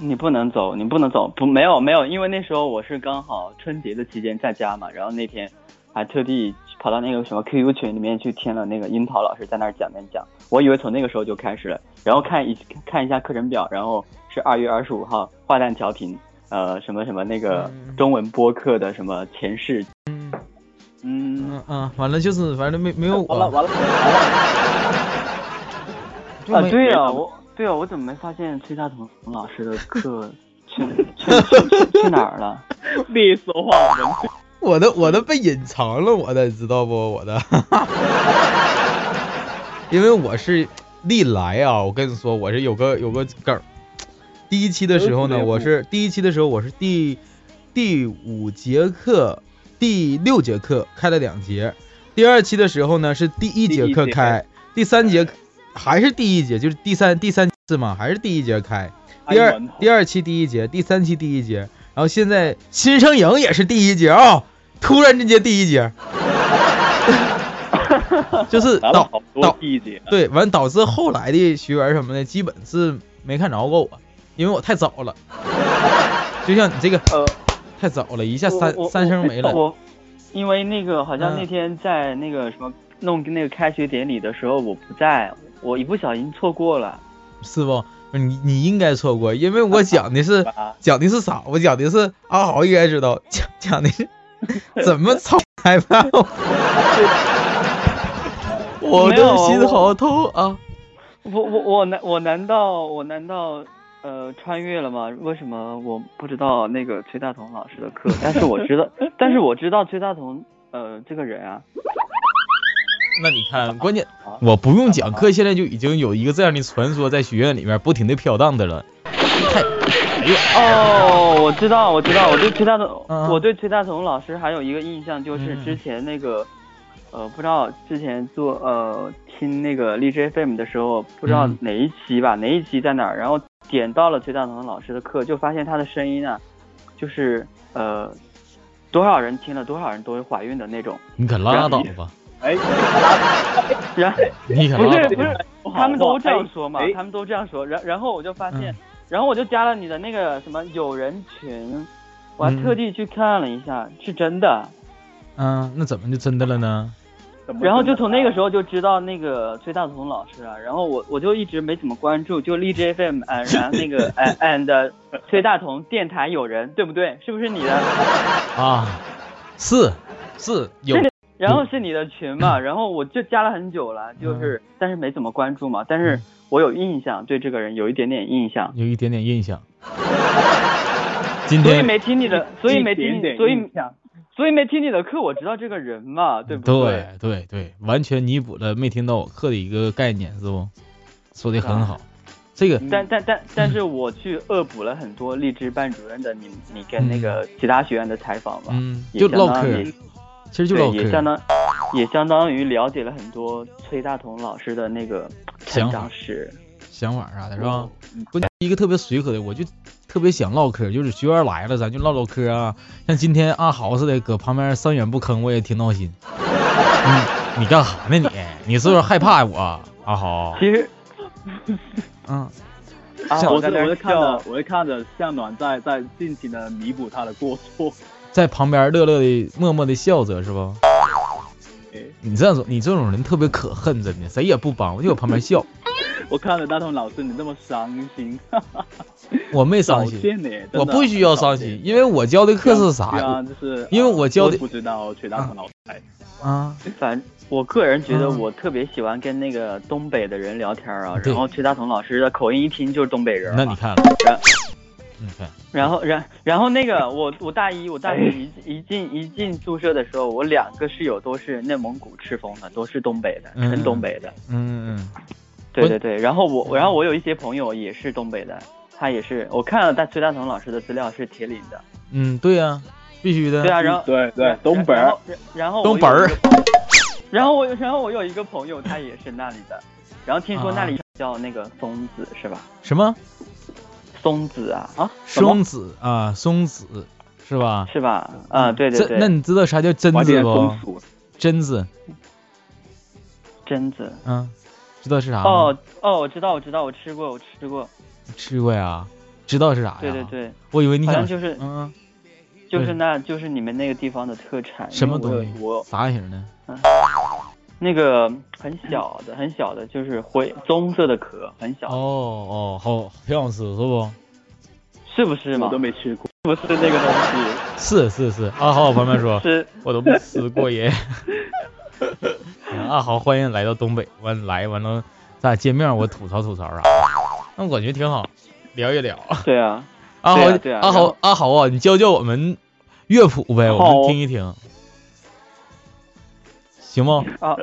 S4: 你不能走，你不能走，不没有没有，因为那时候我是刚好春节的期间在家嘛，然后那天还特地跑到那个什么 QQ 群里面去听了那个樱桃老师在那儿讲演讲，我以为从那个时候就开始了，然后看一看一下课程表，然后是二月二十五号坏蛋调频，呃什么什么那个中文播客的什么前世，嗯
S2: 嗯嗯，完了就是，反正没没有我
S3: 完了完了，
S2: 就
S4: 啊，
S2: 没
S4: 对呀、
S3: 没
S4: 我对呀、啊我怎么没发现崔大同老师的课去去去去去哪儿了？
S3: 你说话人
S2: 我的我的被隐藏了，我的知道不？我的，因为我是历来啊，我跟你说，我是有个有个梗儿。第一期的时候呢，我是第一期的时候，我是第第五节课、第六节课开了两节，第二期的时候呢是第一节课
S3: 第一节
S2: 开，第三节还是第一节，就是第三第三次嘛，还是第一节开。
S3: 还
S2: 第二
S3: 蛮好
S2: 第二期第一节，第三期第一节，然后现在新生营也是第一节啊、突然之间第一节， *laughs* 就是
S3: 咱们
S2: 导
S3: 好多
S2: 导
S3: 细节，
S2: 对完导致后来的学员什么的，基本是没看着过我，因为我太早了，就像你这个
S4: 呃，
S2: 太早了，一下
S4: 我
S2: 三
S4: 我
S2: 三声没了，
S4: 我因为那个好像
S2: 嗯
S4: 那天在那个什么弄那个开学典礼的时候我不在，我一不小心错过了。
S2: 是不？你你应该错过，因为我讲的
S4: *laughs*
S2: 是
S4: 啊
S3: 吧
S2: 讲的是啥？我讲的是阿豪应该知道，讲讲的
S4: *laughs*
S2: 是怎么操裁判。我的
S4: 没有啊
S2: 心
S4: 我
S2: 好痛啊！
S4: 我我我难我难道我难道呃穿越了吗？为什么我不知道那个崔大同老师的课？但是我知道， *laughs* 但是我知道崔大同呃这个人啊。
S2: 那你看，关键我不用
S4: 啊
S2: 讲课，现在就已经有一个这样的传说在学院里面不停的飘荡的了。
S4: 哦，我知道，我知道，我对崔大同，
S2: 嗯
S4: 我对崔大同老师还有一个印象就是
S2: 嗯
S4: 之前那个，呃，不知道之前做呃听那个荔枝 FM 的时候，不知道
S2: 嗯
S4: 哪一期吧，哪一期在哪儿，然后点到了崔大同老师的课，就发现他的声音啊，就是呃，多少人听了多少人都会怀孕的那种，
S2: 你可拉倒吧，
S3: 哎，
S4: 然后。
S2: 你可
S4: 不
S2: 拉
S4: 是
S2: 倒
S4: 不
S2: 吧
S4: 是！他们都这样说嘛
S3: 哎，
S4: 他们都这样说。然然后我就发现
S2: 嗯，
S4: 然后我就加了你的那个什么友人群，我还
S2: 嗯
S4: 特地去看了一下，是真的。
S2: 嗯，那怎么就真的了呢？
S3: 怎么
S4: 然后就从那个时
S3: 候，
S4: 候就知道那个崔大同老师啊，然后我我就一直没怎么关注，就荔枝 FM 呃，然后那个呃 and *laughs* 崔大同电台友人，对不对？是不是你的？
S2: 啊，是是有
S4: 然后是你的群嘛，然后我就加了很久了，
S3: 嗯
S4: 就是、但是没怎么关注嘛，但是我有印象，对这个人有一点点印象，
S2: 有一点点印象。今
S4: 所以
S2: 天
S4: 没听你的，所以没
S3: 一
S4: 听
S3: 点点
S4: 你，所以
S3: 印象
S4: 所以没听你的课，我知道这个人嘛，
S2: 嗯
S4: 对不对
S2: 对对对，完全弥补了没听到我课的一个概念，是不？说的很好，这个
S4: 啊嗯但但但但是我去恶补了很多荔枝班主任的你你跟那个其他学院的采访嘛，
S2: 嗯，
S4: 也
S2: 就
S4: 相
S2: 唠
S4: 当于
S2: 嗑，其实就
S4: 对
S2: 唠
S4: 也相
S2: 嗑，
S4: 当也相当于了解了很多崔大同老师的那个成
S2: 想法
S4: 长史，
S2: 想法啥的，是吧？
S4: 嗯
S2: 不，一个特别随和的，我就特别想唠嗑，就是学员来了，咱就唠唠嗑啊。像今天阿豪似的，搁旁边三元不吭，我也挺闹心。你你干啥呢你？你是不是害怕我？阿豪，
S4: 其实
S2: 嗯，
S4: 啊，
S3: 我
S4: 我
S3: 是
S4: 在那
S3: 我
S4: 儿
S3: 是看着
S4: 笑，
S3: 我是看着向暖在在尽情的弥补他的过错，
S2: 在旁边乐乐的默默的笑着，是不？
S3: 哎
S2: 你这种你这种人特别可恨，真的，谁也不帮，我就搁旁边笑，
S3: 我看着大同老师你那么伤心，
S2: 我没
S3: 少
S2: 伤心，
S3: 见呢，真的
S2: 我不需要伤心，，因为我教的课是
S3: 对啊，
S2: 啥
S3: 就是
S2: 因为我教的
S3: 不知道崔大同老师，
S2: 啊？
S4: 反我个人觉得
S2: 嗯
S4: 我特别喜欢跟那个东北的人聊天啊，
S2: 对
S4: 然后崔大同老师的口音一听就是东北人嘛，
S2: 那你看了嗯
S4: 然，
S2: 你看，
S4: 然后然然后那
S2: *laughs*
S4: 个我我大一我大一
S2: 哎
S4: 一一进一进宿舍的时候，我两个室友都是内蒙古赤峰的，都是东北的，
S2: 嗯
S4: 很东北的，
S2: 嗯嗯
S4: 对
S2: 我
S4: 对对，然后
S2: 嗯
S4: 我，然后我有一些朋友也是东北的，他也是，我看了大崔大同老师的资料是铁岭的，
S2: 嗯，对呀、必须的，
S4: 对啊，然后
S3: 对对，东北
S4: 然
S3: 儿
S4: 后然后我
S2: 东北儿
S4: 有一个朋友，然后我然后我有一个朋友他也是那里的，然后听说
S2: 啊
S4: 那里叫那个松子是吧？
S2: 什么
S4: 松子啊啊什么
S2: 松子啊，松子是吧？
S4: 是吧？啊、对对
S2: 这那
S4: 对，
S2: 你知道啥叫真
S3: 晚
S2: 子
S3: 点
S2: 不
S3: 风？俗，
S2: 真子，
S4: 榛子。
S2: 嗯，知道是啥吗？
S4: 哦哦，我知道我知道，我吃过我吃过，
S2: 吃过呀，知道是哎啥呀？
S4: 对对，对，
S2: 我以为你
S4: 好像
S2: 想，
S4: 就是
S2: 嗯，
S4: 就是
S2: 对
S4: 那就是你们那个地方的特产，
S2: 什么
S4: 因为我有
S2: 东西
S4: 我
S2: 啥型的？
S4: 那个很小的，很小的，就是灰棕色的壳，很小，
S2: 哦哦，好，挺好吃，是不？
S4: 是不是嘛
S3: 我？都没吃过，
S4: 不是那个东
S2: 是是是，阿豪，我旁边说
S4: 西，，是
S2: 我都没吃过 *laughs* 耶。阿豪，欢迎来到东北，完来完了，咱俩见面我吐槽吐槽啥、那我感觉挺好，聊一聊。
S4: 对啊，
S2: 阿豪
S4: 对啊对啊，
S2: 阿
S4: 然
S2: 豪
S4: 后，
S2: 阿豪啊，你教教我们乐谱呗，
S3: 好
S2: 我们听一听，行不？
S4: 啊，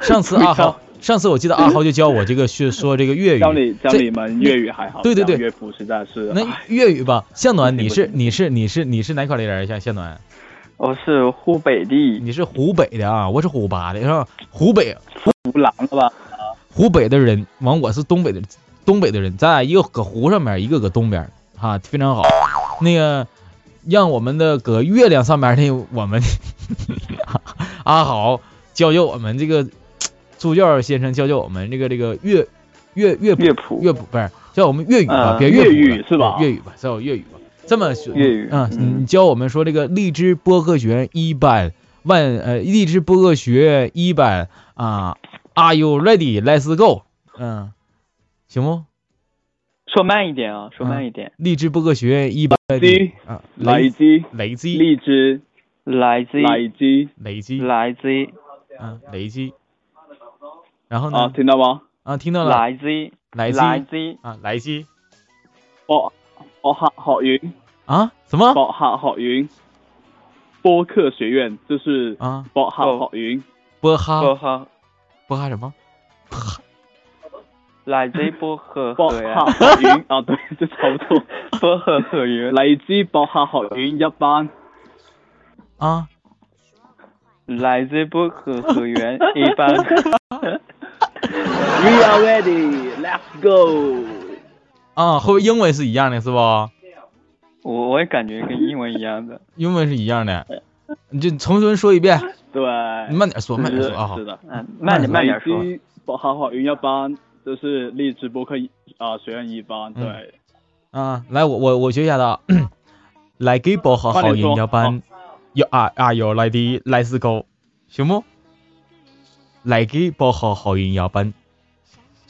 S2: 上次阿豪，上次我记得阿豪就教我这个去说这个粤
S3: 教
S2: 语。
S3: 你教你们粤语还好，
S2: 对对对
S3: 讲乐谱实在是，
S2: 那
S3: 哎
S2: 粤语吧，向暖，
S3: 不
S2: 你
S3: 行
S2: 是
S3: 不行
S2: 你是你是你是哪块儿的人？向向暖，
S4: 我哦是湖北的，
S2: 你是湖北的啊，我是虎巴的，是吧？湖北
S3: 湖南了吧？
S2: 湖北的人，完我是东北的，东北的人，咱俩一个搁湖上面，一个搁东边儿，哈，非常好。那个，让我们的搁月亮上面的我们 *laughs* 阿豪教教我们这个助教先生教教我们这个这个粤粤粤
S4: 乐谱
S2: 乐谱不是教我们粤语吧，
S4: 呃
S2: 别乐谱了
S3: 啊粤语是吧
S2: 粤语吧，教我粤语吧，这么学
S4: 粤语
S2: 啊、
S4: 嗯
S2: 你教我们说这个荔枝播客学院一班万呃荔枝播客学院一班啊，Are you ready? Let's go。嗯，行不？
S4: 说慢一点
S2: 嗯
S4: 啊，说慢一点，
S2: 荔枝播客学院一班
S3: 鸡
S2: 啊，
S3: 来
S2: 雷
S3: 鸡
S2: 雷基
S3: 荔枝
S4: 来自
S3: 来鸡
S2: 雷基
S4: 来自
S2: 啊雷基，然后
S3: 啊，
S2: 呢
S3: 听到吗？
S2: 啊听到了
S4: 来自
S2: 来基
S4: 来自
S2: 啊来基
S3: 哦，哦哈好云，
S2: 啊什么
S3: 哦哈好云，播客学院就是
S2: 啊
S3: 哦哈好云，
S2: 波哈
S4: 薄荷，
S2: 波哈什么
S4: 来自薄
S3: *laughs*
S4: 荷
S3: 哦
S4: 河呀
S3: 哈，好云啊，对，这差不多。
S4: 薄荷河源，
S3: 荔枝薄客学院一班，
S2: 啊？
S4: 来自薄荷河源一
S2: *laughs*
S4: 般，
S3: We are ready, let's go。
S2: 啊，后英文是一样的，是吧？
S4: 我我也感觉跟英文一样 *laughs* 的，
S2: 英文是一样的，你就重新说一遍，
S3: 对，
S2: 你慢点说，慢点
S3: 是
S2: 说啊。
S3: 是的，
S4: 嗯，慢点慢点说。
S3: 荔枝薄客学院一班，这是荔枝播客啊、呃学院一班，对，
S2: 啊，来我我我学一下的啊， *coughs* 来给宝和好音要班，要啊啊要来的来自狗，行不？来给宝和好音要班，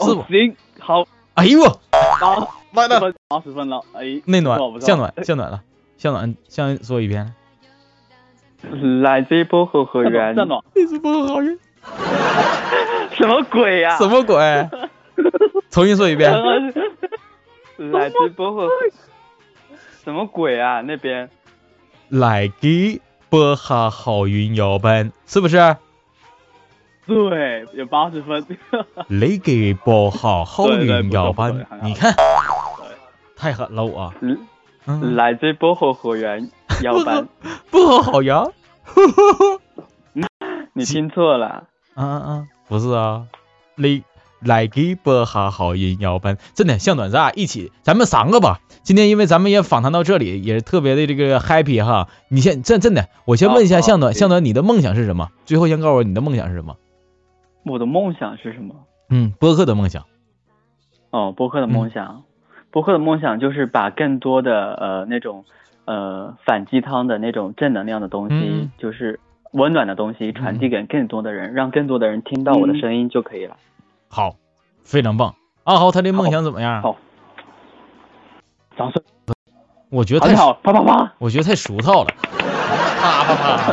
S2: 是
S3: 哦
S2: 不？，
S3: 行，好，
S2: 哎呦，
S3: 好，
S2: 妈
S3: 十
S2: 的，
S3: 分，八十分了，哎，
S2: 内暖
S3: 不错不错
S2: 向暖向暖了，向暖向暖说一遍，
S4: 来自薄荷河
S3: 郑
S4: 源
S3: 总，，郑总，
S2: 来自宝和好音，
S4: 什么鬼啊呀、
S2: 什么鬼？重新说一遍，
S3: *laughs*
S4: 来自薄荷，什么鬼啊？那边
S2: 来给宝和好音要班，是不是？
S3: 对，有八十分，
S2: 来给宝和好音要
S3: 对对
S2: 班
S3: 不错不错，
S2: 你看，太狠了我，啊嗯。
S4: *laughs* 来自薄荷河源要班，
S2: *laughs* 不好好呀。
S4: 你听错了，
S2: 啊啊啊！不是啊，来来给播哈好音摇班，真的向暖咱啊俩一起，咱们三个吧。今天因为咱们也访谈到这里，也是特别的这个 happy 哈。你先真真的，我先问一下
S4: 好好
S2: 向暖，
S4: 对
S2: 向暖你的梦想是什么？最后先告诉我你的梦想是什么？
S4: 我的梦想是什么？
S2: 嗯，播客的梦想。
S4: 哦，播客的梦
S3: 嗯
S4: 想，播客的梦想就是把更多的呃那种呃反鸡汤的那种正能量的东西，
S2: 嗯嗯
S4: 就是温暖的东西传递给更多的
S3: 嗯
S4: 人，让更多的人听到我的声音就可以了。
S2: 好，非常棒。阿豪他这梦想怎么样？
S4: 好
S3: 掌声，
S2: 我觉得
S3: 很
S2: 太，
S3: 好，啪啪啪，
S2: 我觉得太俗套了，啪啪啪，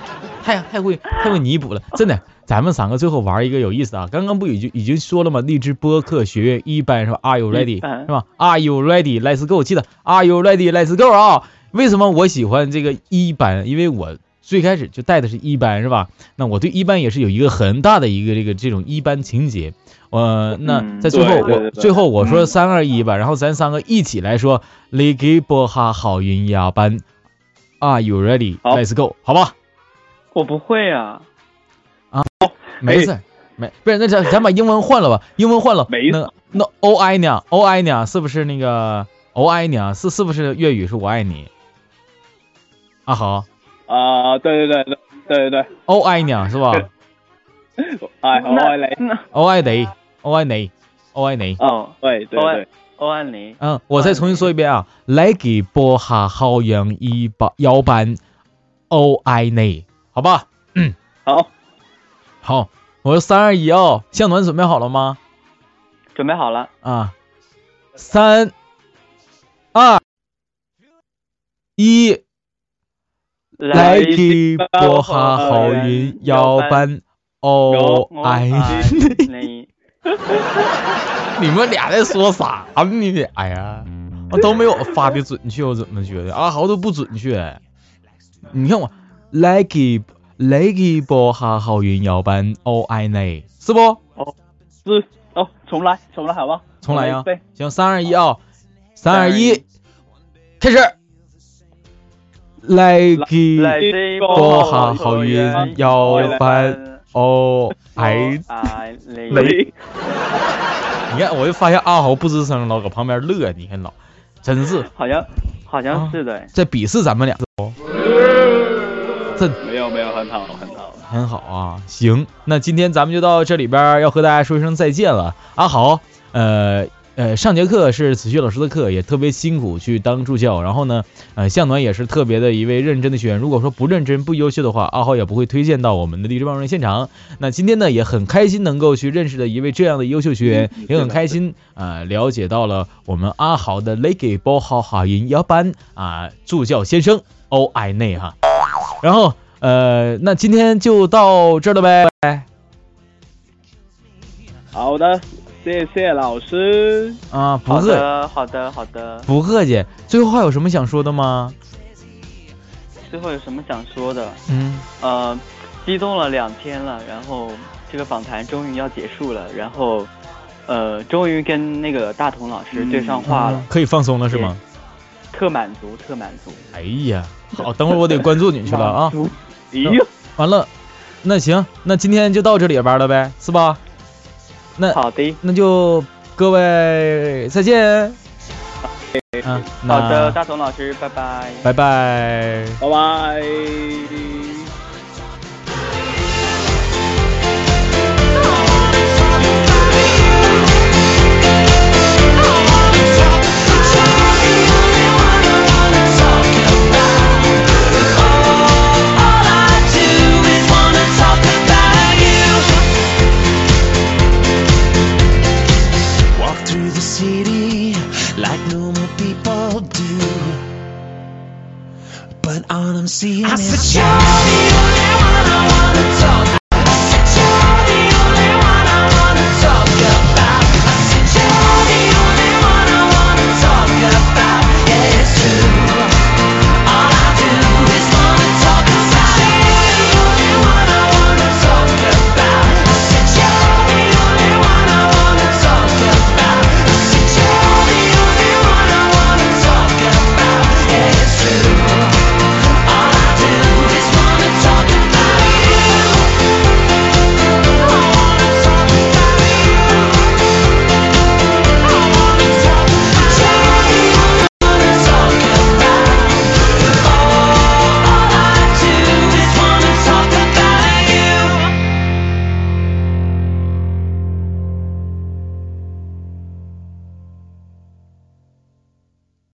S2: *laughs* 太太会太会弥补了，真的。咱们三个最后玩一个有意思啊！刚刚不已经已经说了吗？励志播客学院一班是吧？Are you ready
S4: 一班
S2: 是吧？Are you ready? Let's go！记得 Are you ready? Let's go 啊！为什么我喜欢这个一班？因为我最开始就带的是一班是吧？那我对一班也是有一个很大的一个这个这种一班情节。呃，那
S4: 嗯
S2: 在最后
S3: 对
S2: 我、
S3: 对对对
S2: 最后我说三二一吧，然后咱三个一起来说 l i g i b o h 好运呀班，Are you ready?
S3: 好
S2: Let's go，好吧？
S4: 我不会啊，
S3: 哎
S2: 没事儿，没不是那咱咱把英文换了吧，英文换了，
S3: 没
S2: 那那 O I 呢？O I 呢？是不是那个 O I 呢？是是不是粤语是我爱你？啊好
S3: 啊，对对对对对对
S2: ，O I 呢是
S3: *laughs*
S2: 吧
S3: 对，哎，好，
S4: 那
S3: 爱雷，
S4: 那
S2: ？O I 你，O I 你，O I 你。
S4: 哦，
S3: 对对对，
S4: 欧安妮，
S2: 嗯，我再重新说一遍啊，来给播哈浩洋一八幺班 O I 内，好吧？
S3: 好，
S2: 好，我说三二一哦，向暖准备好了吗？
S4: 准备好了，
S2: 啊，三二一，来给播哈浩云幺班 O
S4: 欧
S2: I，
S4: 安 *laughs* 妮，
S2: *laughs* 你们俩在说啥呢？你俩哎呀，我都没有发的准确，我怎么觉得阿豪都不准确？你看我来给来给播哈浩云幺班 O I 内是不？
S3: 是，哦，重来，重来，好吧，
S2: 重来呀
S3: 对，
S2: 行，三二一啊，三二一，开始。来给
S4: 来自
S2: 播哈好运幺
S4: 班
S2: 班，哦，哎，
S4: 爱嗯啊雷，
S3: 雷，
S2: 你看，我就发现阿豪不吱声，老搁旁边乐，你看老，真是
S4: 好像好像是的，
S2: 在鄙视咱们俩，这
S3: 没有没有，很好很好，
S2: 很好啊。行，那今天咱们就到这里边儿，要和大家说一声再见了。阿豪，呃呃，上节课是子旭老师的课，也特别辛苦去当助教。然后呢，呃，向暖也是特别的一位认真的学员。如果说不认真、不优秀的话，阿豪也不会推荐到我们的励志棒人现场。那今天呢，也很开心能够去认识了一位这样的优秀学员，也很开心啊、呃了解到了我们阿豪的 Leggy 包豪哈音摇班啊、助教先生欧艾内哈。然后呃，那今天就到这儿了呗。
S3: 好的，谢谢老师，
S2: 啊，不
S4: 好
S2: 客
S4: 的好的好的，
S2: 不客气。最后还有什么想说的吗？
S4: 最后有什么想说的？
S2: 嗯，
S4: 呃，激动了两天了，然后这个访谈终于要结束了，然后，呃，终于跟那个大同老师对上话了，
S2: 可以放松了是吗？
S4: 特满足，特满足。
S2: 哎呀，好，等会儿我得关注你去了
S4: *laughs*
S2: 啊。
S3: 咦，
S2: 完了，那行，那今天就到这里边了呗，是吧？那
S4: 好的，
S2: 那就各位再见。嗯，
S4: 好的，
S2: 那
S4: 大同老师，拜拜。
S2: 拜拜。
S3: 拜拜。
S6: Thank you All I'm seeing is. I said, Show me